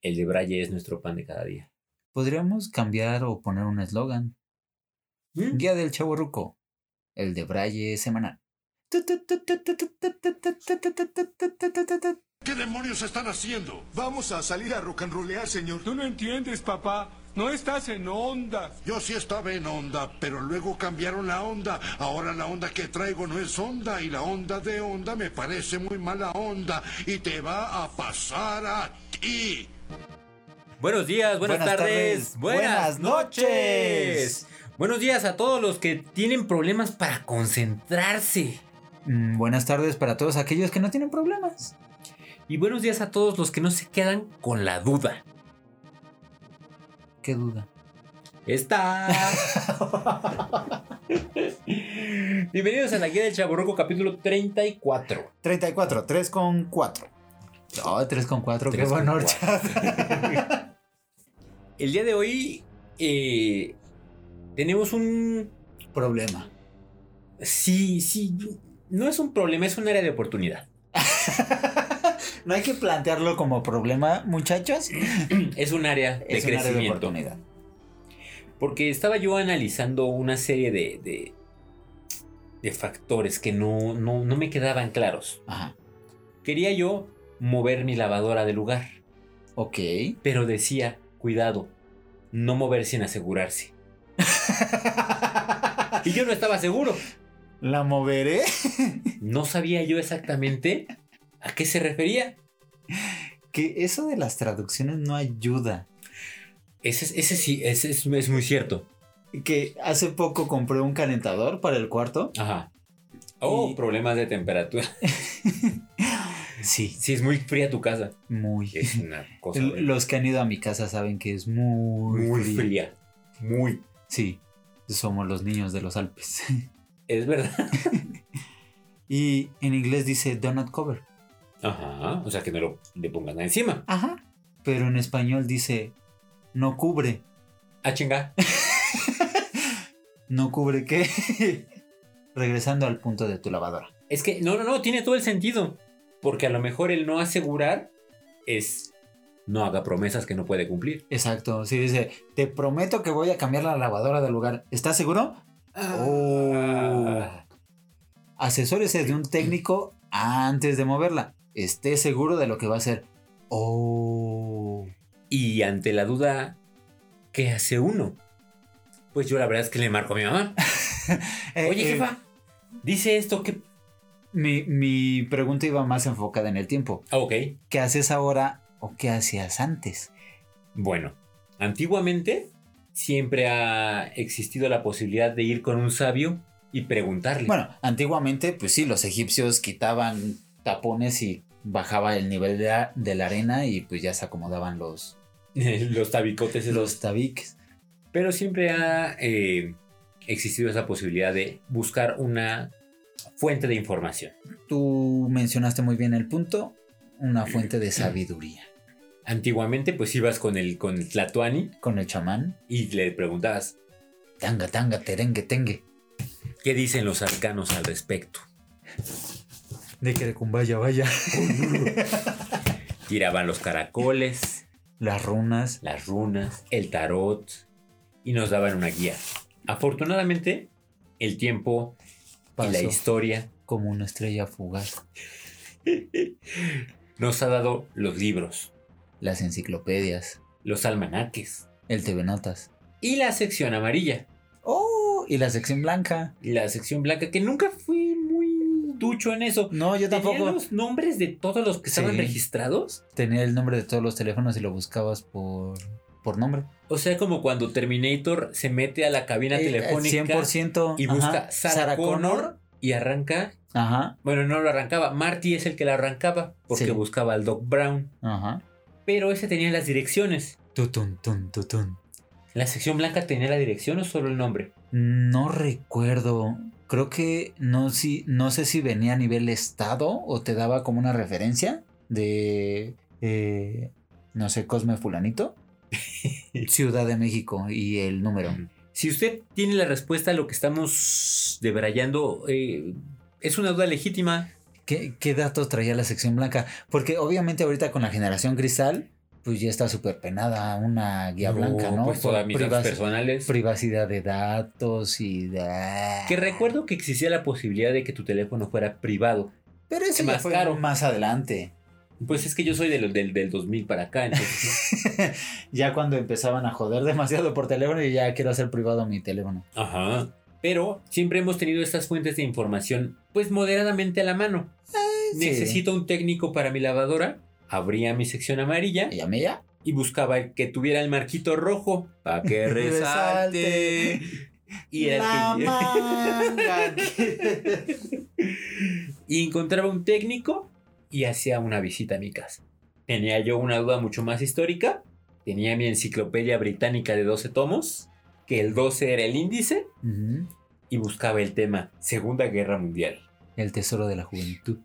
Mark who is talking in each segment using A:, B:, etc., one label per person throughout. A: El de Braille es nuestro pan de cada día.
B: Podríamos cambiar o poner un eslogan.
A: Mm.
B: Guía del Chavo Ruco. El de Braille semanal.
C: ¿Qué demonios están haciendo?
D: Vamos a salir a rocanrolear, señor.
E: Tú no entiendes, papá. No estás en onda.
C: Yo sí estaba en onda, pero luego cambiaron la onda. Ahora la onda que traigo no es onda y la onda de onda me parece muy mala onda y te va a pasar a ti.
A: Buenos días, buenas,
B: Buenas
A: tardes,
B: tardes,
A: buenas,
B: buenas
A: noches.
B: noches.
A: Buenos días a todos los que tienen problemas para concentrarse.
B: Mm, buenas tardes para todos aquellos que no tienen problemas.
A: Y buenos días a todos los que no se quedan con la duda.
B: Qué duda.
A: Está. Bienvenidos a la guía del Chaborroco, capítulo 34.
B: 34, 3 con 4. No, 3 Oh, con 4, qué
A: Tres con
B: buen
A: cuatro.
B: horchata.
A: El día de hoy eh, tenemos un...
B: Problema.
A: Sí, sí, no es un problema, es un área de oportunidad.
B: No hay que plantearlo como problema, muchachos.
A: Es un área de
B: Es un área de
A: crecimiento.
B: oportunidad.
A: Porque estaba yo analizando una serie de, de, de factores que no, no, no me quedaban claros.
B: Ajá.
A: Quería yo mover mi lavadora de lugar,
B: Ok.
A: pero decía, cuidado, no mover sin asegurarse. Y yo no estaba seguro.
B: La moveré.
A: No sabía yo exactamente a qué se refería.
B: Que eso de las traducciones no ayuda.
A: Ese, es- ese sí, ese es, es muy cierto.
B: Que hace poco compré un calentador para el cuarto.
A: Ajá. Oh,
B: Y-
A: problemas de temperatura.
B: Sí,
A: Sí, es muy fría tu casa.
B: muy.
A: Es una cosa
B: L-
A: horrible.
B: Los que han ido a mi casa saben que es muy,
A: muy
B: frío.
A: fría. Muy
B: Sí, somos los niños de los Alpes.
A: Es verdad.
B: Y en inglés dice donut cover.
A: Ajá. O sea, que no lo le pongan nada encima.
B: Ajá. Pero en español dice no cubre.
A: Ah, chinga.
B: ¿No cubre qué? Regresando al punto de tu lavadora.
A: Es que no, no, no, tiene todo el sentido. Porque a lo mejor el no asegurar es no haga promesas que no puede cumplir.
B: Exacto, sí dice, te prometo que voy a cambiar la lavadora del lugar. ¿Estás seguro? Oh.
A: Ah.
B: Asesórese de un técnico antes de moverla. Esté seguro de lo que va a hacer. Oh.
A: Y ante la duda, ¿qué hace uno? Pues yo la verdad es que le marco a mi mamá.
B: Eh,
A: Oye,
B: eh,
A: jefa, dice esto que.
B: Mi, mi pregunta iba más enfocada en el tiempo.
A: Ah, ok.
B: ¿Qué haces ahora o qué hacías antes?
A: Bueno, antiguamente siempre ha existido la posibilidad de ir con un sabio y preguntarle.
B: Bueno, antiguamente, pues sí, los egipcios quitaban tapones y bajaba el nivel de, la- de la arena y pues ya se acomodaban los,
A: los tabicotes esos.
B: los tabiques.
A: Pero siempre ha eh, existido esa posibilidad de buscar una fuente de información.
B: Tú mencionaste muy bien el punto, una fuente de sabiduría.
A: Antiguamente, pues ibas con el, con el Tlatoani
B: Con el chamán,
A: y le preguntabas
B: tanga, tanga, terengue, tengue.
A: qué dicen los arcanos al respecto.
B: De que de cumbaya vaya.
A: Tiraban los caracoles,
B: Las runas.
A: las runas, el tarot y nos daban una guía. Afortunadamente, el tiempo y la
B: Pasó.
A: historia
B: Como una estrella fugaz.
A: nos ha dado los libros,
B: Las enciclopedias.
A: los almanaques
B: El TV Notas.
A: y la sección amarilla.
B: Oh, y la sección blanca.
A: la sección blanca, que nunca fui muy ducho en eso.
B: No, yo
A: Tenía
B: tampoco.
A: los nombres de todos los que estaban
B: Sí.
A: registrados.
B: Tenía el nombre de todos los teléfonos y lo buscabas por, por nombre.
A: O sea, como cuando Terminator se mete a la cabina
B: Eh,
A: telefónica
B: 100%.
A: y busca
B: ajá.
A: Sarah, Connor, y arranca.
B: Ajá,
A: Bueno, no lo arrancaba. Marty es el que la arrancaba porque
B: Sí.
A: buscaba al Doc Brown.
B: ajá.
A: Pero ese tenía las direcciones.
B: Tutun, tun, tutun.
A: ¿La sección blanca tenía la dirección o solo el nombre?
B: No recuerdo. Creo que no, si, no sé si venía a nivel estado o te daba como una referencia de, eh, no sé, Cosme Fulanito. Ciudad de México y el número.
A: Si usted tiene la respuesta a lo que estamos debrayando, eh, es una duda legítima.
B: ¿Qué, qué datos traía la sección blanca? Porque obviamente ahorita con la generación cristal pues ya está súper penada una guía
A: No,
B: blanca, ¿no?
A: Pues
B: Por
A: todas mis datos
B: privac-
A: personales.
B: privacidad de datos y de... ah,
A: Que recuerdo que existía la posibilidad de que tu teléfono fuera privado.
B: Pero eso
A: es
B: ya
A: más
B: fue
A: caro.
B: más adelante.
A: Pues es que yo soy del, del, del 2000 para acá, entonces.
B: Ya cuando empezaban a joder demasiado por teléfono y ya quiero hacer privado mi teléfono.
A: ¿no? Ajá. Pero siempre hemos tenido estas fuentes de información, pues moderadamente a la mano.
B: sí.
A: Necesito un técnico para mi lavadora. Abría mi sección amarilla
B: ¿Y a mí ya?
A: y buscaba el que tuviera el marquito rojo para que resalte. y, era el que-
B: manga.
A: y encontraba un técnico y hacía una visita a mi casa. Tenía yo una duda mucho más histórica. Tenía mi enciclopedia británica de 12 tomos, que el 12 era el índice,
B: Ujú.
A: y buscaba el tema Segunda Guerra Mundial.
B: El tesoro de la juventud.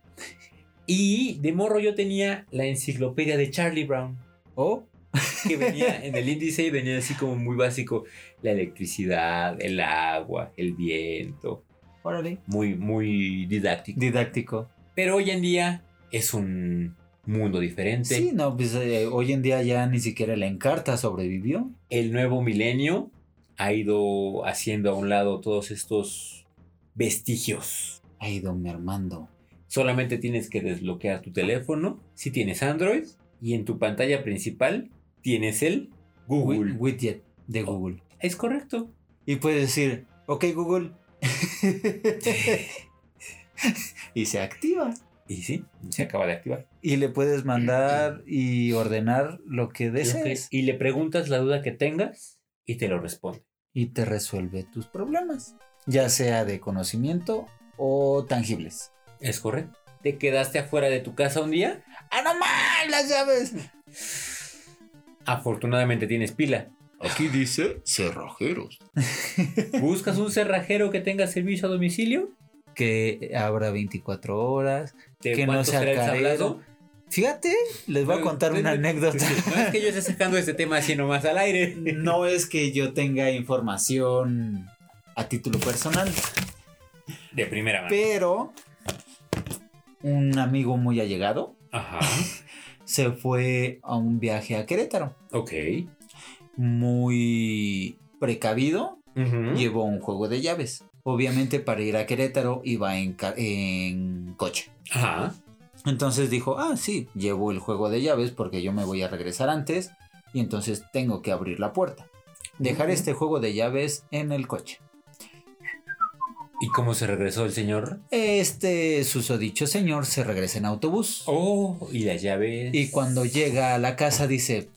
A: Y de morro yo tenía la enciclopedia de Charlie Brown,
B: Oh,
A: que venía en el índice y venía así como muy básico. La electricidad, el agua, el viento.
B: órale.
A: Muy, muy didáctico.
B: Didáctico.
A: Pero hoy en día es un mundo diferente.
B: Sí, no, pues eh, hoy en día ya ni siquiera la encarta sobrevivió.
A: el nuevo milenio ha ido haciendo a un lado todos estos vestigios.
B: Ha ido mermando.
A: Solamente tienes que desbloquear tu teléfono si tienes Android y en tu pantalla principal tienes el Google.
B: Wi- Widget de
A: Oh.
B: Google.
A: Es correcto.
B: Y puedes decir, ok Google. y se activa.
A: Y sí, se acaba de activar.
B: Y le puedes mandar y ordenar lo que desees.
A: Y le preguntas la duda que tengas y te lo responde.
B: Y te resuelve tus problemas. Ya sea de conocimiento o tangibles.
A: Es correcto. ¿Te quedaste afuera de tu casa un día?
B: ¡Ah, no más! Las llaves.
A: Afortunadamente tienes pila.
D: Aquí dice cerrajeros.
A: ¿Buscas un cerrajero que tenga servicio a domicilio?
B: Que abra 24 horas.
A: ¿De
B: Que no
A: cuánto
B: sea
A: será el
B: carero.
A: sablazo?
B: Fíjate, les voy a
A: Pues,
B: contar una anécdota.
A: No es que yo esté sacando este tema así nomás al aire.
B: No es que yo tenga información a título personal,
A: De primera mano.
B: pero un amigo muy allegado
A: Ajá.
B: se fue a un viaje a Querétaro.
A: Ok.
B: Muy precavido,
A: Ujú.
B: llevó un juego de llaves. Obviamente para ir a Querétaro iba en, ca- en coche.
A: Ajá.
B: Entonces dijo, ah, sí, llevo el juego de llaves porque yo me voy a regresar antes y entonces tengo que abrir la puerta. Dejar
A: Ujú.
B: este juego de llaves en el coche.
A: ¿Y cómo se regresó el señor?
B: Este susodicho señor se regresa en autobús.
A: Oh, y las llaves.
B: Y cuando llega a la casa dice,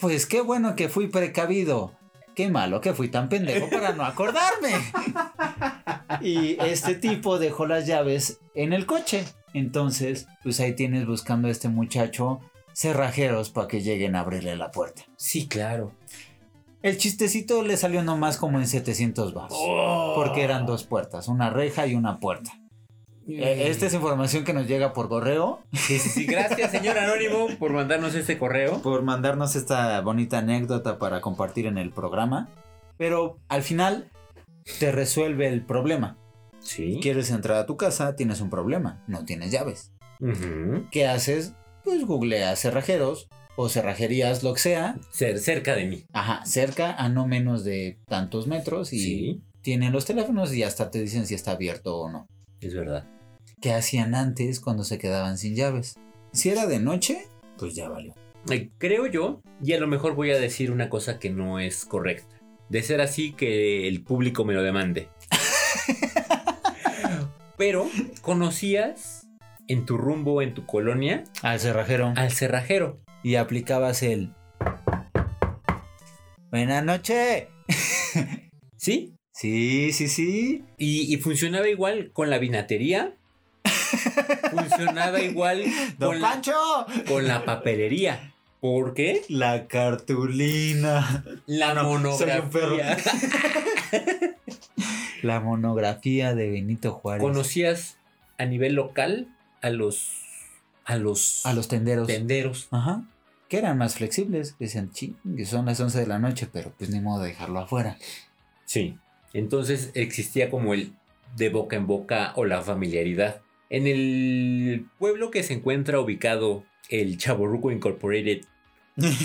B: pues qué bueno que fui precavido. Qué malo que fui tan pendejo para no acordarme. y este tipo dejó las llaves en el coche. Entonces, pues ahí tienes buscando a este muchacho cerrajeros para que lleguen a abrirle la puerta.
A: Sí, claro.
B: El chistecito le salió nomás como en 700 baros.
A: Oh.
B: Porque eran dos puertas, una reja y una puerta.
A: Eh,
B: Eh, Esta es información que nos llega por correo.
A: Sí, sí, sí. Gracias, señor Anónimo, por mandarnos este correo.
B: por mandarnos esta bonita anécdota para compartir en el programa. Pero al final te resuelve el problema.
A: Sí.
B: Quieres entrar a tu casa, tienes un problema, no tienes llaves.
A: Ujú.
B: ¿Qué haces? Pues googleas cerrajeros o cerrajerías, lo que sea.
A: Ser cerca de mí.
B: Ajá, cerca a no menos de tantos metros y
A: Sí.
B: tienen los teléfonos y hasta te dicen si está abierto o no.
A: Es verdad.
B: ¿Qué hacían antes cuando se quedaban sin llaves? Si era de noche, pues ya valió.
A: Eh, Creo yo, y a lo mejor voy a decir una cosa que no es correcta. De ser así, que el público me lo demande. Pero, ¿conocías en tu rumbo, en tu colonia,
B: Al cerrajero.
A: al cerrajero?
B: y aplicabas el Buenas noches.
A: ¿Sí?
B: Sí, sí, sí.
A: Y, y funcionaba igual con la vinatería. funcionaba igual
B: Don
A: con la,
B: Pancho.
A: con la papelería. ¿Por qué?
B: La cartulina.
A: La monografía.
B: soy un perro. La monografía de Benito Juárez.
A: ¿Conocías a nivel local a los... A los...
B: A los tenderos.
A: tenderos.
B: Ajá. Que eran más flexibles. que Decían, que son las 11 de la noche, pero pues ni modo de dejarlo afuera.
A: Sí. Entonces existía como el de boca en boca o la familiaridad. En el pueblo que se encuentra ubicado el Chaborruco Incorporated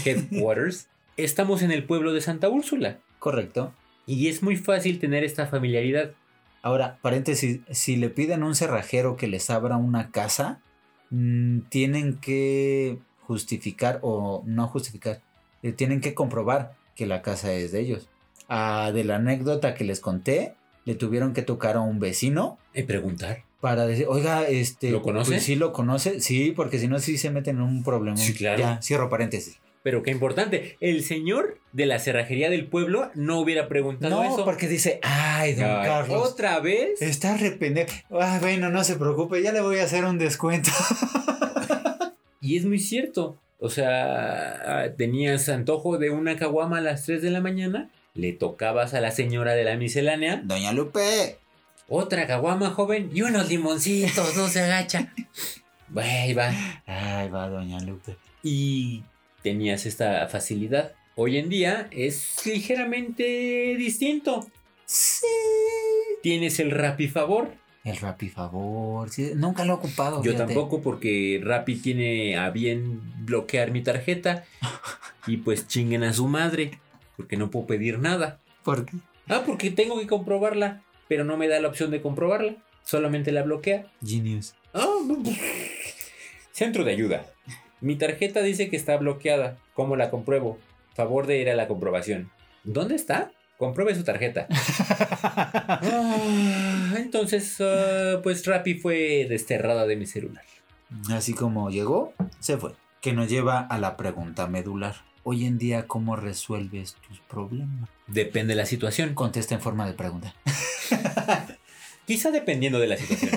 A: Headquarters, estamos en el pueblo de Santa Úrsula.
B: Correcto.
A: Y es muy fácil tener esta familiaridad.
B: Ahora, paréntesis, si le piden a un cerrajero que les abra una casa, mm, tienen que justificar o no justificar, eh, tienen que comprobar que la casa es de ellos. Ah, de la anécdota que les conté, le tuvieron que tocar a un vecino
A: Y preguntar.
B: para decir, oiga, este...
A: ¿Lo conoce?
B: pues, sí, lo conoce, sí, porque si no, sí se meten en un problema.
A: Sí, claro.
B: Ya, cierro paréntesis.
A: Pero qué importante, el señor de la cerrajería del pueblo no hubiera preguntado
B: No,
A: eso.
B: porque dice, ay, don
A: Ay, pues.
B: Carlos.
A: Otra vez.
B: Está arrepentido. Ah, bueno, no se preocupe, ya le voy a hacer un descuento.
A: Y es muy cierto. O sea, ah, tenías antojo de una caguama a las 3 de la mañana, le tocabas a la señora de la miscelánea,
B: Doña Lupe.
A: otra caguama joven y unos limoncitos, no se agacha. Va, ahí va.
B: Ay, va, Doña Lupe.
A: y tenías esta facilidad. Hoy en día es ligeramente distinto.
B: Sí.
A: Tienes el Rappi favor.
B: El Rappi favor. sí, nunca lo he ocupado.
A: Yo
B: fíjate.
A: tampoco porque Rappi tiene a bien bloquear mi tarjeta y pues chinguen a su madre porque no puedo pedir nada.
B: ¿Por qué?
A: Ah, porque tengo que comprobarla, pero no me da la opción de comprobarla. Solamente la bloquea.
B: Genius.
A: Ah, bu- bu- Centro de ayuda. Mi tarjeta dice que está bloqueada. ¿Cómo la compruebo? Favor de ir a la comprobación. ¿Dónde está? Compruebe su tarjeta. Ah, entonces, ah, pues Rappi fue desterrada de mi celular.
B: Así como llegó, se fue. Que nos lleva a la pregunta medular. Hoy en día, ¿cómo resuelves tus problemas?
A: Depende de la situación.
B: Contesta en forma de pregunta.
A: Quizá dependiendo de la situación.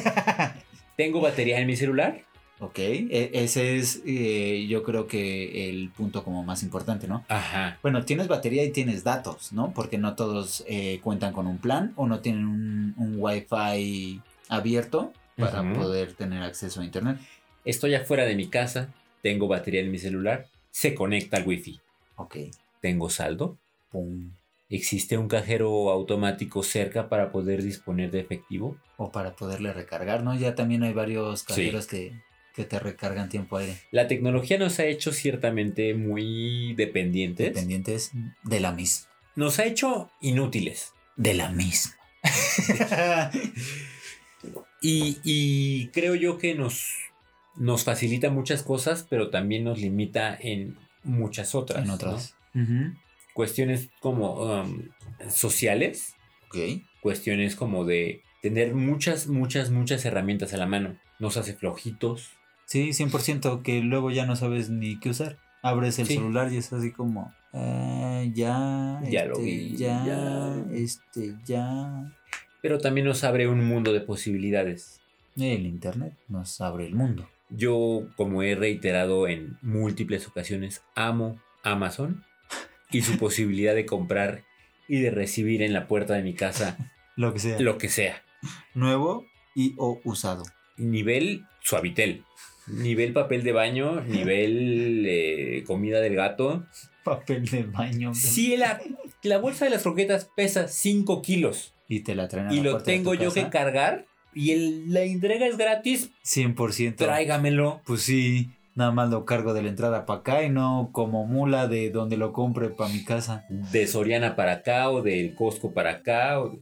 A: ¿Tengo batería en mi celular?
B: Ok, e- ese es eh, yo creo que el punto como más importante, ¿no?
A: Ajá.
B: Bueno, tienes batería y tienes datos, ¿no? Porque no todos eh, cuentan con un plan o no tienen un, un Wi-Fi abierto para
A: Ujú.
B: poder tener acceso a Internet.
A: Estoy afuera de mi casa. Tengo batería en mi celular. Se conecta al wifi.
B: Ok.
A: Tengo saldo.
B: Pum.
A: ¿Existe un cajero automático cerca para poder disponer de efectivo?
B: O para poderle recargar, ¿no? Ya también hay varios
A: Sí.
B: cajeros que, que te recargan tiempo aire.
A: La tecnología nos ha hecho ciertamente muy dependientes.
B: Dependientes de la misma.
A: nos ha hecho inútiles.
B: De la misma.
A: Y, y creo yo que nos, nos facilita muchas cosas, pero también nos limita en muchas otras.
B: en
A: ¿no?
B: otras.
A: Cuestiones como um, sociales,
B: Ok.
A: cuestiones como de tener muchas, muchas, muchas herramientas a la mano. Nos hace flojitos.
B: Sí, 100%, que luego ya no sabes ni qué usar. Abres el
A: Sí.
B: celular y es así como, ah, ya,
A: Ya
B: este,
A: lo vi,
B: ya,
A: ya.
B: este, ya.
A: Pero también nos abre un mundo de posibilidades.
B: El internet nos abre el mundo.
A: Yo, como he reiterado en múltiples ocasiones, amo Amazon y su posibilidad de comprar y de recibir en la puerta de mi casa
B: Lo que sea.
A: lo que sea.
B: Nuevo y o usado.
A: Nivel suavitel, nivel papel de baño, nivel eh, comida del gato.
B: Papel de baño.
A: Si la, la bolsa de las croquetas pesa 5 kilos
B: Y te la traen a
A: y
B: la
A: lo
B: puerta de tu
A: tengo yo que
B: casa,
A: cargar y el- la entrega es gratis,
B: 100%.
A: tráigamelo.
B: Pues sí, nada más lo cargo de la entrada para acá y no como mula de donde lo compre para mi casa.
A: De Soriana para acá o del Costco para acá o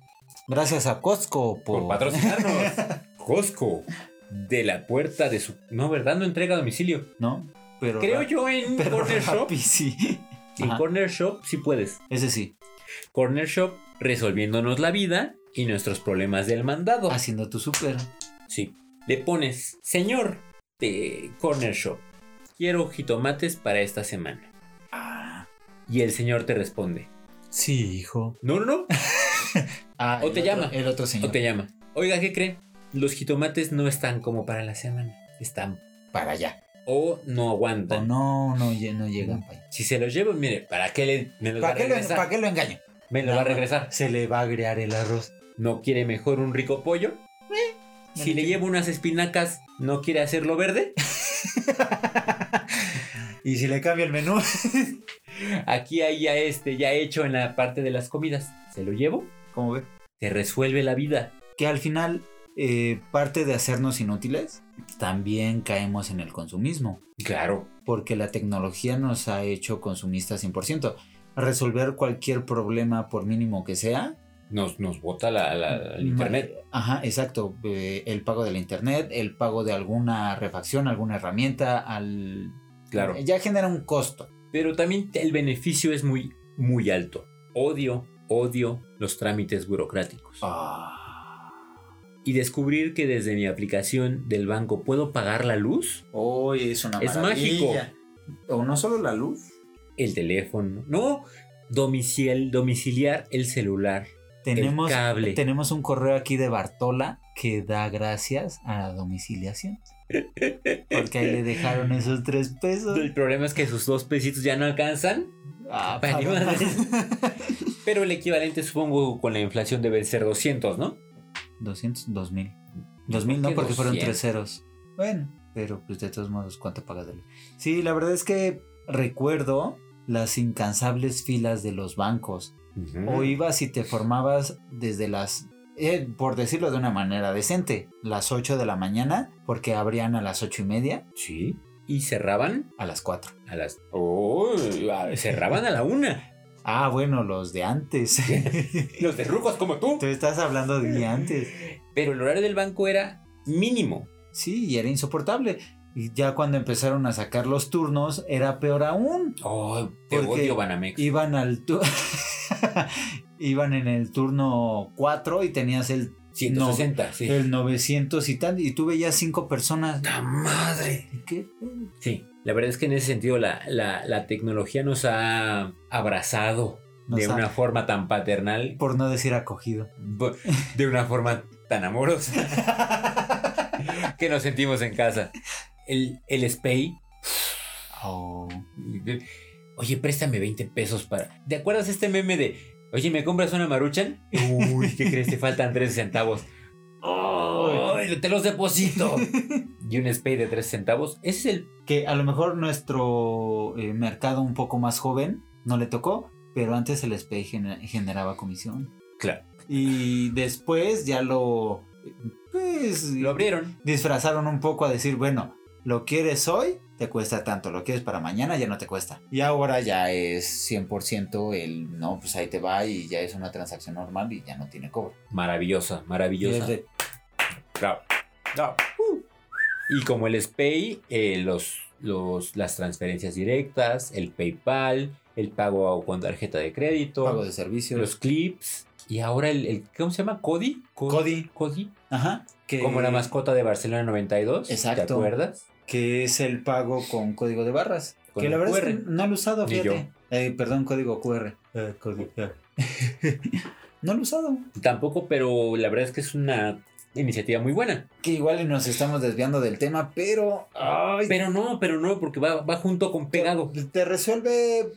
B: Gracias a Costco por,
A: por patrocinarnos. Costco. De la puerta de su. No, ¿verdad? No entrega a domicilio.
B: ¿No? Pero
A: Creo
B: ra-
A: yo en
B: pero
A: Corner Shop.
B: Rappi sí.
A: En
B: Ajá.
A: Corner Shop sí puedes.
B: Ese sí,
A: Corner Shop resolviéndonos la vida y nuestros problemas del mandado.
B: haciendo tu súper.
A: Sí. Le pones, señor de Corner Shop, quiero jitomates para esta semana.
B: Ah.
A: Y el señor te responde,
B: Sí, hijo.
A: no, no, no.
B: Ah,
A: O
B: el
A: te
B: otro-
A: llama.
B: El otro señor.
A: O te llama, oiga, ¿qué cree? Los jitomates no están como para la semana. Están
B: Para allá.
A: o no
B: O
A: aguantan.
B: no, no, lle- no llegan para allá.
A: Si se los llevo, mire, ¿para qué le, me los va a
B: ¿Para qué, lo,
A: regresar?
B: para qué lo engaño?
A: Me los va a regresar.
B: Se le va a agregar el arroz.
A: ¿No quiere mejor un rico pollo? Eh, Si
B: Bueno,
A: le
B: yo-
A: llevo unas espinacas, ¿no quiere hacerlo verde?
B: Y si le cambia el menú.
A: Aquí hay ya este, ya hecho en la parte de las comidas. ¿Se lo llevo?
B: ¿Cómo ve?
A: Se resuelve la vida.
B: Que al final, eh, parte de hacernos inútiles también caemos en el consumismo,
A: Claro.
B: porque la tecnología nos ha hecho consumistas 100%. Resolver cualquier problema, por mínimo que sea,
A: Nos, nos bota la,
B: Mm,
A: la- el internet.
B: Ajá, exacto. Eh, el pago del internet, el pago de alguna refacción, alguna herramienta, al...
A: Claro.
B: Ya genera un costo.
A: Pero también el beneficio es muy, muy alto. Odio, odio los trámites burocráticos. Ah. Y descubrir que desde mi aplicación del banco puedo pagar la luz,
B: Hoy es una
A: Es mágico.
B: O no solo la luz.
A: el teléfono, no, domicil, domiciliar el celular.
B: Tenemos,
A: El cable.
B: tenemos un correo aquí de Bartola que da gracias a la domiciliación. Porque ahí le dejaron esos tres pesos.
A: El problema es que sus dos pesitos ya no alcanzan,
B: Ah,
A: Vale,
B: para nada.
A: madre. pero el equivalente supongo con la inflación debe ser 200, ¿no?
B: 200, 2000. 2000 no,
A: que
B: porque fueron
A: 200.
B: tres ceros. Bueno, pero pues de todos modos, ¿cuánto pagas de luz? Sí, la verdad es que recuerdo las incansables filas de los bancos. O
A: Mm.
B: ibas y te formabas desde las, eh, por decirlo de una manera decente, las 8 de la mañana, porque abrían a las 8 y media,
A: Sí. Y cerraban
B: a las 4.
A: a las... Oh, a- cerraban a la una.
B: Ah, bueno, los de antes.
A: Los derrucos como tú.
B: Tú estás hablando de antes.
A: Pero el horario del banco era mínimo.
B: Sí, y era insoportable. Y ya cuando empezaron a sacar los turnos, era peor aún.
A: Oh, te
B: Porque
A: odio, Banamex.
B: Iban al tu- Iban en el turno 4 y tenías el,
A: 160, sí.
B: el 900 y tal, y tú veías cinco personas.
A: ¡La madre!
B: ¿Y ¿Qué?
A: Sí, la verdad es que en ese sentido la, la- la tecnología nos ha abrazado
B: Nos
A: de
B: ha-
A: una forma tan paternal,
B: Por no decir acogido.
A: bu- de una forma tan amorosa, que nos sentimos en casa. El, el SPAY.
B: Oh,
A: Oye, préstame 20 pesos para... ¿Te acuerdas este meme de... Oye, ¿me compras una maruchan? Uy, ¿qué crees? Te faltan 3 centavos. ¡Ay, te los deposito! Y un SPAY de 3 centavos. Ese es el
B: Que a lo mejor nuestro eh, mercado un poco más joven no le tocó, pero antes el SPEI gener- generaba comisión.
A: Claro.
B: Y después ya lo. Pues.
A: Lo abrieron.
B: disfrazaron un poco a decir, bueno, lo quieres hoy, te cuesta tanto, lo quieres para mañana, ya no te cuesta. Y ahora ya es 100% el, no, pues ahí te va y ya es una transacción normal y ya no tiene cobro.
A: Maravillosa,
B: Y
A: maravillosa.
B: es de,
A: Bravo. Bravo. Y como el SPAY, eh, los, los, las transferencias directas, el PayPal, el pago con tarjeta de crédito,
B: pago de servicios.
A: los clips. Y ahora el, el- ¿cómo se llama? ¿Cody? Co-
B: Cody.
A: Cody.
B: Ajá. Que,
A: Como la mascota de Barcelona 92. ¿Te
B: Exacto.
A: acuerdas?
B: Que es el pago con código de barras.
A: Con
B: que la
A: el
B: verdad es
A: QR.
B: que no lo he usado,
A: Ni
B: fíjate. Eh, perdón, código QR. Eh, código. no lo he usado.
A: Tampoco, pero la verdad es que es una iniciativa muy buena.
B: Que igual y nos estamos desviando del tema, pero... Ay,
A: Pero no, pero no, porque va, va junto con pegado.
B: Te resuelve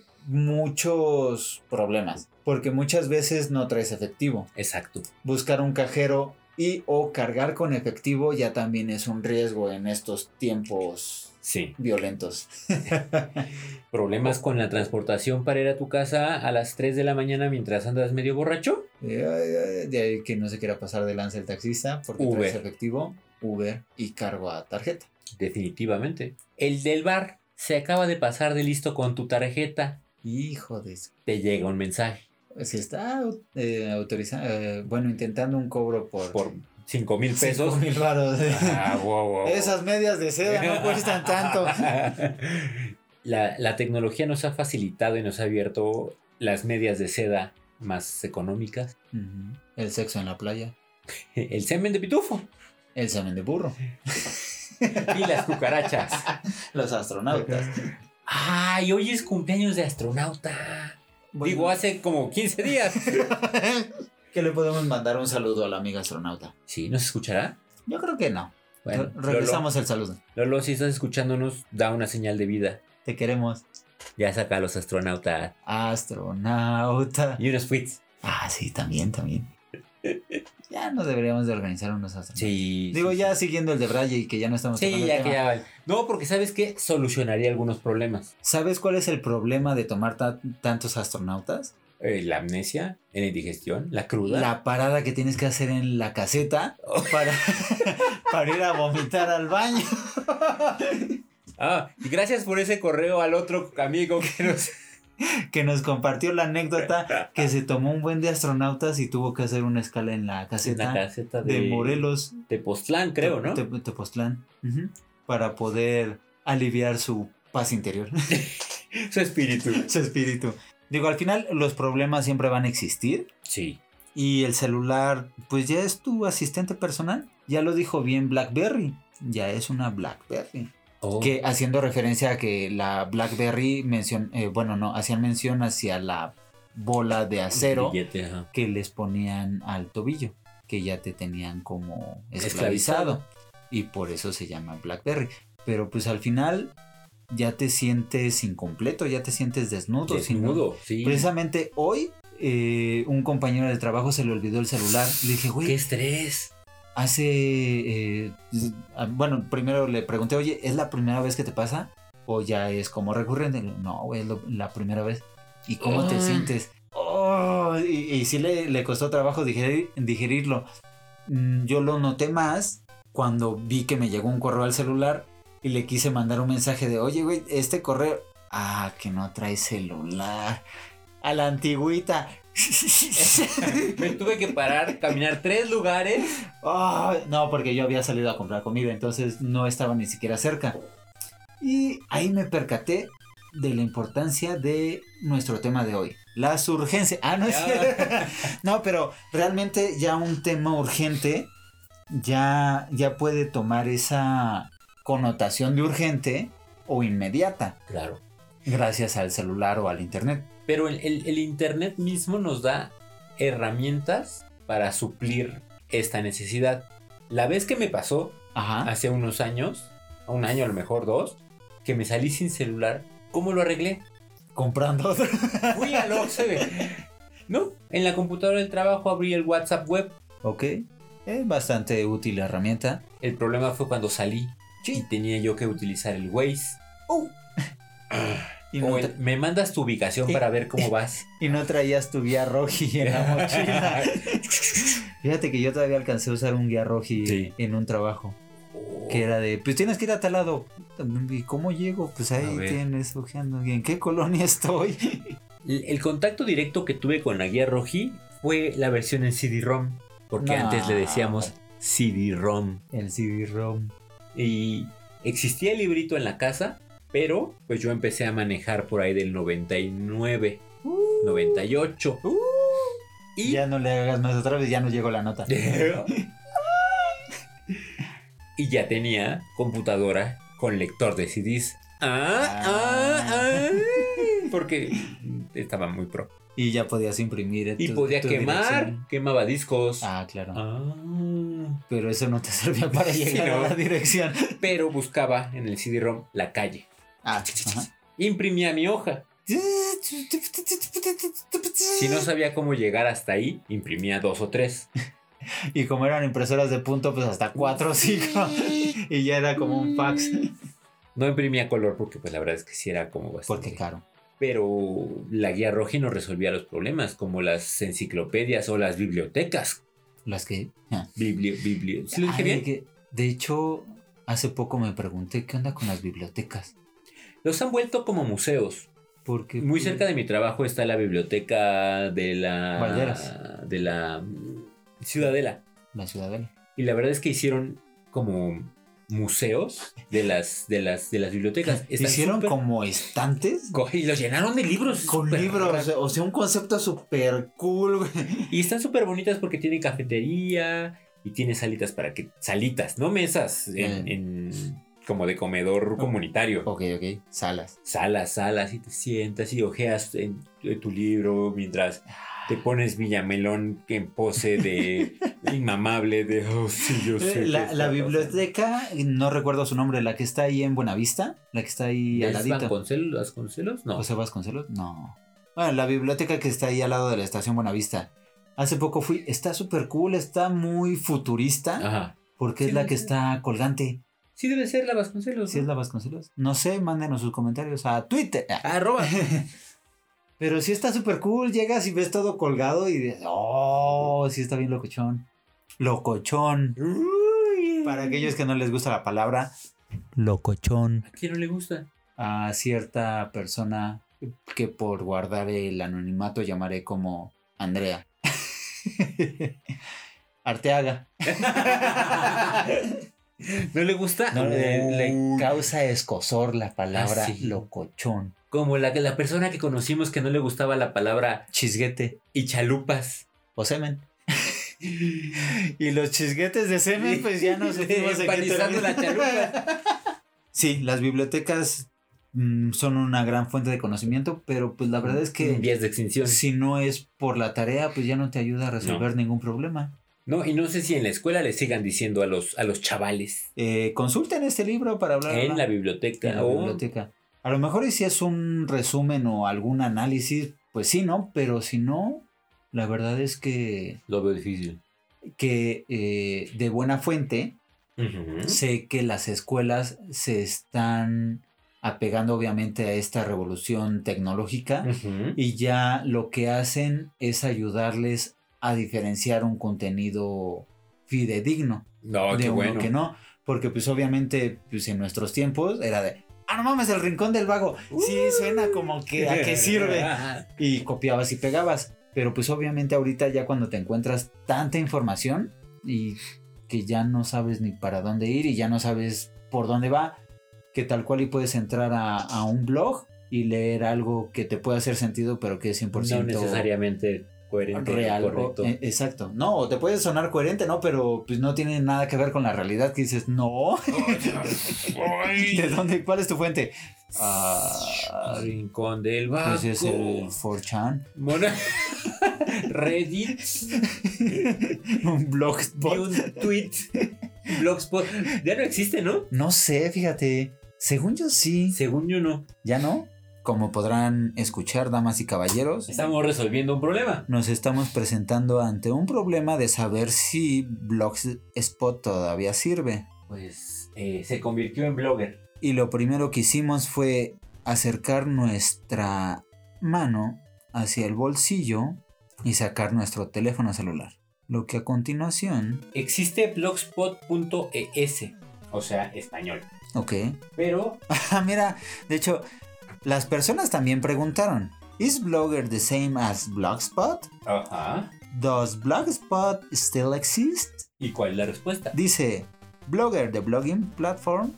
B: muchos problemas, porque muchas veces no traes efectivo.
A: Exacto.
B: Buscar un cajero y o cargar con efectivo ya también es un riesgo en estos tiempos
A: Sí.
B: violentos. Eh,
A: ¿Problemas con la transportación para ir a tu casa a las 3 de la mañana mientras andas medio borracho?
B: Eh, ay, ay, De ahí que no se quiera pasar de lanza el taxista porque traes
A: Uber.
B: efectivo, Uber y cargo a tarjeta.
A: Definitivamente. El del bar se acaba de pasar de listo con tu tarjeta.
B: Hijo de... su-
A: Te llega un mensaje
B: Se está autorizando, eh, bueno, intentando un cobro por...
A: por 5 mil pesos.
B: cinco mil varos.
A: Ah, wow, wow.
B: Esas medias de seda no cuestan tanto.
A: La, la tecnología nos ha facilitado y nos ha abierto las medias de seda más económicas.
B: Ujú. El sexo en la playa.
A: El semen de pitufo
B: El semen de burro.
A: y las cucarachas.
B: Los astronautas.
A: ¡Ay! Hoy es cumpleaños de astronauta. Digo, hace como 15 días.
B: que le podemos mandar un saludo a la amiga astronauta.
A: Sí, ¿nos escuchará?
B: Yo creo que no.
A: Bueno,
B: Re- regresamos el saludo.
A: Lolo, Lolo, si estás escuchándonos, da una señal de vida.
B: Te queremos.
A: Ya saca a los astronautas
B: Astronauta.
A: y unos tweets.
B: Ah, sí, también, también. Ya nos deberíamos de organizar unos astronautas.
A: Sí.
B: Digo,
A: sí,
B: ya
A: sí.
B: siguiendo el de Braille y que ya no estamos
A: Sí,
B: tocando
A: ya
B: el
A: que
B: tema.
A: ya. No, porque sabes que solucionaría algunos problemas.
B: ¿Sabes cuál es el problema de tomar ta- tantos astronautas?
A: Eh, la amnesia, la indigestión, la cruda.
B: La parada que tienes que hacer en la caseta para, para ir a vomitar al baño.
A: Ah, y gracias por ese correo al otro amigo que nos.
B: Que nos compartió la anécdota que se tomó un buen de astronautas y tuvo que hacer una escala en la
A: En la
B: caseta
A: caseta de,
B: de Morelos,
A: Tepoztlán, creo, ¿no?
B: Te- Tepoztlán, ujú, para poder aliviar su paz interior.
A: Su espíritu.
B: su espíritu. Digo, al final los problemas siempre van a existir
A: Sí.
B: y el celular, pues ya es tu asistente personal. Ya lo dijo bien BlackBerry, ya es una BlackBerry.
A: Oh,
B: Que haciendo referencia a que la BlackBerry mencion, eh, bueno, no, hacían mención hacia la bola de acero
A: billete, ajá.
B: que les ponían al tobillo, que ya te tenían como esclavizado. Y por eso se llama Blackberry. Pero pues al final ya te sientes incompleto, ya te sientes desnudo. sin-
A: Desnudo, sí.
B: Precisamente hoy eh, un compañero de trabajo se le olvidó el celular. Le dije,
A: Qué
B: güey,
A: estrés.
B: hace... eh, z- ah, bueno, primero le pregunté, oye, ¿es la primera vez que te pasa? ¿O ya es como recurrente? Le digo, No, güey, es lo- la primera vez. ¿Y cómo te
A: Ay.
B: sientes? Oh, y, y sí le, le costó trabajo digerir- digerirlo. Mm, Yo lo noté más cuando vi que me llegó un correo al celular y le quise mandar un mensaje de, oye, güey, este correo... Ah, que no trae celular. A la antigüita.
A: Me tuve que parar, caminar tres lugares.
B: Ay, no, porque yo había salido a comprar comida, entonces no estaba ni siquiera cerca. Y ahí me percaté de la importancia de nuestro tema de hoy, las urgencias. Ah, no, es-
A: Ah.
B: no, pero realmente ya un tema urgente ya, ya puede tomar esa connotación de urgente o inmediata,
A: Claro.
B: gracias al celular o al internet.
A: Pero el, el- el Internet mismo nos da herramientas para suplir esta necesidad. La vez que me pasó,
B: Ajá.
A: hace unos años, un año a lo mejor dos, que me salí sin celular, ¿cómo lo arreglé?
B: Comprando otro.
A: Fui al Oxxo, güey. No, en la computadora del trabajo abrí el WhatsApp web.
B: Ok. Es bastante útil la herramienta.
A: El problema fue cuando salí
B: Sí.
A: y tenía yo que utilizar el Waze.
B: Y
A: O
B: no
A: el,
B: te-
A: me mandas tu ubicación
B: Y-
A: para ver cómo vas.
B: Y no traías tu guía roji en la mochila. Fíjate que yo todavía alcancé a usar un guía roji
A: Sí.
B: en un trabajo.
A: Oh,
B: Que era de, pues tienes que ir a tal lado. ¿Y cómo llego? Pues
A: A
B: ahí
A: ver.
B: tienes ojeando. ¿Y en qué colonia estoy?
A: El, el contacto directo que tuve con la guía Roji fue la versión en CD-ROM. Porque
B: No. Ah.
A: antes le decíamos CD-ROM.
B: El CD-ROM.
A: Y existía el librito en la casa, pero pues yo empecé a manejar por ahí del 99, 98. y
B: Uh. Ya no le hagas más otra vez, ya no llegó la nota.
A: y ya tenía computadora con lector de CDs. Ah, ah, ah, porque estaba muy pro.
B: Y ya podías imprimir.
A: Y
B: tu-
A: podía
B: tu
A: quemar,
B: dirección.
A: quemaba discos.
B: Ah, claro.
A: Ah.
B: Pero eso no te servía para
A: Sí,
B: llegar
A: ¿no?
B: a la dirección.
A: Pero buscaba en el CD-ROM la calle.
B: Ah, ajá.
A: Imprimía mi hoja. Si no sabía cómo llegar hasta ahí, imprimía dos o tres.
B: Y como eran impresoras de punto, pues hasta cuatro o cinco. Y ya era como un fax.
A: No imprimía color porque pues la verdad es que sí era como bastante.
B: Porque caro.
A: pero la guía roja no resolvía los problemas como las enciclopedias o las bibliotecas.
B: Las que. ah.
A: Biblio, biblio. ¿Sí lo dije
B: Ay,
A: bien?
B: que- de hecho, hace poco me pregunté qué onda con las bibliotecas.
A: Los han vuelto como museos.
B: Porque.
A: Muy cerca de mi trabajo está la biblioteca de la
B: Valderas.
A: de la mm, Ciudadela
B: La ciudadela.
A: y la verdad es que hicieron como museos de las de las de las bibliotecas. Están
B: Hicieron
A: súper-
B: como estantes.
A: co- y los llenaron de libros.
B: Con
A: súper
B: libros.
A: raro.
B: O sea, un concepto súper cool, güey.
A: Y están súper bonitas porque tienen cafetería y tiene salitas para que. Salitas, no mesas. En,
B: Mm.
A: en- como de comedor comunitario.
B: Ok, ok. Salas.
A: Salas, salas, y te sientas y ojeas en, en tu libro mientras te pones Villamelón en pose de inmamable, de oh, sí, yo sé. qué
B: La,
A: está
B: la
A: pasando".
B: biblioteca, no recuerdo su nombre, la que está ahí en Buenavista, la que está ahí al
A: ¿Es
B: ladito.
A: Vasconcelos? Vasconcelos? No.
B: José Vasconcelos, no. Bueno, la biblioteca que está ahí al lado de la estación Buenavista. Hace poco fui, está súper cool, está muy futurista,
A: Ajá.
B: porque es
A: Sí,
B: la
A: sí,
B: que
A: sí.
B: está colgante.
A: Sí, debe ser la Vasconcelos.
B: ¿Sí es
A: ¿no?
B: la Vasconcelos? No sé, mándenos sus comentarios a Twitter.
A: Arroba.
B: Pero sí está súper cool, llegas y ves todo colgado y dices, oh, sí está bien locochón. Locochón.
A: Uy.
B: Para aquellos que no les gusta la palabra locochón
A: ¿A quién no le gusta?
B: a cierta persona que por guardar el anonimato llamaré como Andrea. Arteaga.
A: ¿No le gusta? Eh,
B: No, le, le
A: Uy.
B: causa escosor la palabra
A: Ah, sí.
B: locochón.
A: Como la, la persona que conocimos que no le gustaba la palabra
B: Chisguete
A: y chalupas.
B: o semen. y los chisguetes de semen, pues ya no supimos en qué
A: Empanizando la
B: terminó.
A: chalupa.
B: Sí, las bibliotecas mm, son una gran fuente de conocimiento, pero pues la verdad es
A: En
B: que
A: vías de extinción.
B: si no es por la tarea, pues ya no te ayuda a resolver ningún problema.
A: No, y no sé si en la escuela le sigan diciendo a los, a los chavales.
B: Eh, consulten este libro para hablar
A: en
B: ¿no?
A: la
B: En
A: biblioteca.
B: la
A: o-
B: biblioteca. A lo mejor y si es un resumen o algún análisis, pues sí, ¿no? Pero si no, la verdad es que,
A: Lo veo difícil.
B: que eh, de buena fuente sé que las escuelas se están apegando obviamente a esta revolución tecnológica
A: Ujú.
B: y ya lo que hacen es ayudarles a diferenciar un contenido fidedigno
A: No,
B: de
A: Oh, qué
B: uno
A: bueno.
B: que no, porque pues obviamente pues en nuestros tiempos era de Ah, no mames, el rincón del vago. Sí,
A: Uh.
B: suena como que a qué sirve. Y copiabas y pegabas. Pero pues obviamente ahorita ya cuando te encuentras tanta información y que ya no sabes ni para dónde ir y ya no sabes por dónde va, que tal cual y puedes entrar a, a un blog y leer algo que te pueda hacer sentido, pero que es 100%
A: no necesariamente coherente.
B: real. o-
A: correcto.
B: e- exacto. No, o te puede sonar coherente, ¿no? Pero pues no tiene nada que ver con la realidad que dices, no. ¿De dónde? ¿Cuál es tu fuente? Ah,
A: Rincón del Vago.
B: pues es el 4chan.
A: Mona- Reddit.
B: Un
A: Vi
B: blogspot.
A: un tweet. Blogspot. Ya no existe, ¿no?
B: No sé, fíjate. Según yo sí.
A: Según yo no.
B: ¿Ya no? Como podrán escuchar, damas y caballeros,
A: Estamos resolviendo un problema.
B: nos estamos presentando ante un problema de saber si Blogspot todavía sirve.
A: Pues eh, se convirtió en blogger.
B: Y lo primero que hicimos fue acercar nuestra mano hacia el bolsillo y sacar nuestro teléfono celular. Lo que a continuación,
A: Existe blogspot.es. O sea, español.
B: ok.
A: Pero
B: Ah, mira, de hecho, las personas también preguntaron, ¿Is Blogger the same as Blogspot?
A: Ajá.
B: ¿Does Blogspot still exist?
A: ¿Y cuál es la respuesta?
B: Dice, Blogger, the blogging platform.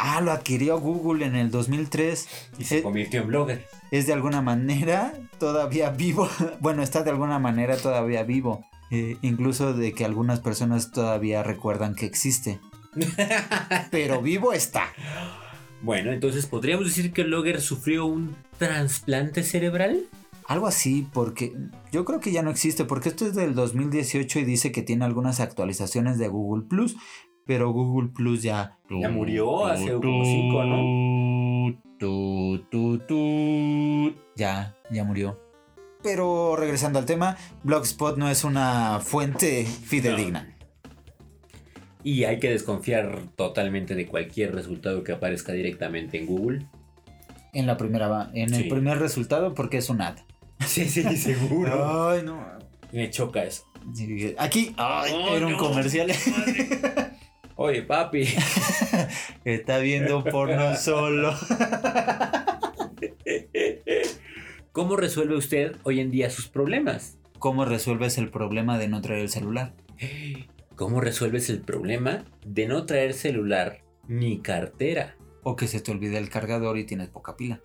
B: Ah, lo adquirió Google en el 2003.
A: Y se
B: Eh,
A: convirtió en blogger.
B: es de alguna manera todavía vivo. Bueno, está de alguna manera todavía vivo. Eh, incluso de que algunas personas todavía recuerdan que existe. Pero vivo está.
A: Bueno, entonces podríamos decir que el blogger sufrió un trasplante cerebral.
B: Algo así, porque yo creo que ya no existe, porque esto es del 2018 y dice que tiene algunas actualizaciones de Google Plus, pero Google Plus ya.
A: Ya murió hace como cinco,
D: ¿no?
B: Ya, ya murió. Pero regresando al tema, Blogspot no es una fuente fidedigna.
A: Y hay que desconfiar totalmente de cualquier resultado que aparezca directamente en Google.
B: En la primera, va- en
A: Sí.
B: el primer resultado, porque es un ad.
A: Sí, sí, seguro.
B: Ay, no.
A: Me choca eso.
B: Aquí, ay,
A: Oh,
B: era un
A: no.
B: comercial.
A: Oye, papi.
B: Está viendo porno solo.
A: ¿Cómo resuelve usted hoy en día sus problemas?
B: ¿Cómo resuelves el problema de no traer el celular?
A: ¿Cómo resuelves el problema de no traer celular ni cartera?
B: O que se te olvida el cargador y tienes poca pila.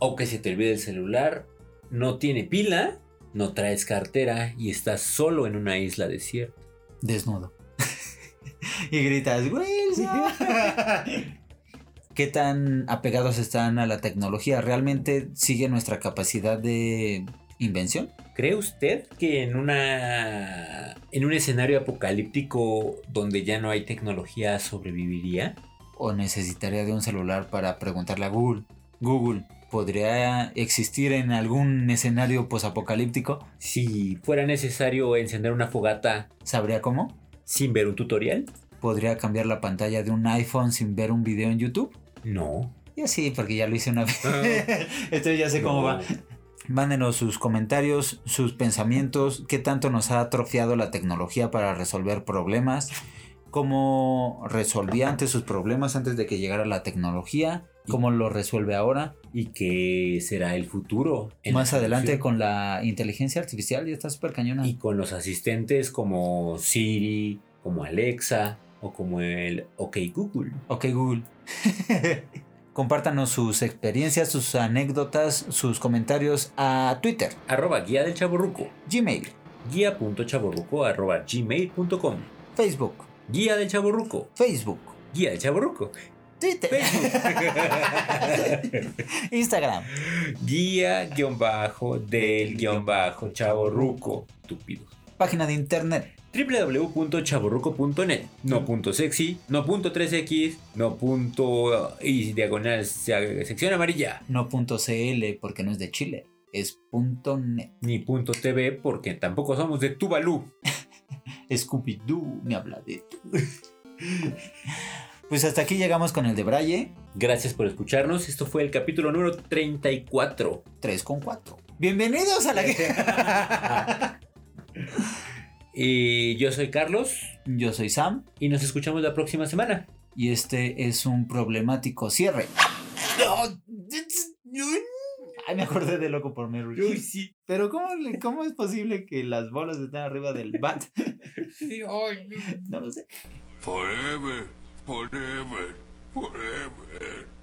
A: O que se te olvide el celular, no tiene pila, no traes cartera y estás solo en una isla desierta.
B: Desnudo. y gritas, Wilson. ¿Qué tan apegados están a la tecnología? ¿Realmente sigue nuestra capacidad de invención?
A: ¿Cree usted que en una en un escenario apocalíptico donde ya no hay tecnología sobreviviría?
B: o necesitaría de un celular para preguntarle a Google. Google, ¿podría existir en algún escenario posapocalíptico?
A: Si fuera necesario encender una fogata
B: ¿Sabría cómo?
A: sin ver un tutorial?
B: ¿Podría cambiar la pantalla de un iPhone sin ver un video en YouTube?
A: No.
B: Yo sí, porque ya lo hice una vez. Entonces ya sé cómo
A: Ah. No.
B: va. Mándenos sus comentarios, sus pensamientos, qué tanto nos ha atrofiado la tecnología para resolver problemas. cómo resolvía antes sus problemas antes de que llegara la tecnología, cómo lo resuelve ahora,
A: ¿Y qué será el futuro? en
B: más
A: la
B: adelante
A: evolución?
B: con la inteligencia artificial y está súper cañona.
A: Y con los asistentes como Siri, como Alexa o como el OK Google.
B: Ok, Google. Compártanos sus experiencias, sus anécdotas, sus comentarios a Twitter,
A: Arroba guía del chaborruco.
B: Gmail,
A: Guía.chaborruco arroba gmail.com.
B: Facebook,
A: Guía del chaborruco.
B: Facebook,
A: Guía del chaborruco.
B: Twitter, Instagram.
A: Guía guión bajo del guión bajo chaborruco. Estúpido.
B: página de internet.
A: www.chaborruco.net No punto sexy, no punto 3x, no punto y diagonal se- sección amarilla.
B: No punto .cl porque no es de Chile, es punto .net.
A: Ni punto TV porque tampoco somos de Tuvalu.
B: Scooby-Doo me habla de tú. Pues hasta aquí llegamos con el de Braille
A: Gracias por escucharnos. Esto fue el capítulo número 34.
B: 3.4. Bienvenidos a la guerra.
A: Y yo soy Carlos
B: Yo soy Sam
A: y nos escuchamos la próxima semana.
B: y este es un problemático cierre. Ay, me acordé de loco por Mary.
A: sí.
B: Pero ¿cómo, le- ¿cómo es posible que las bolas estén arriba del bat? No lo sé.
C: Forever, forever, forever.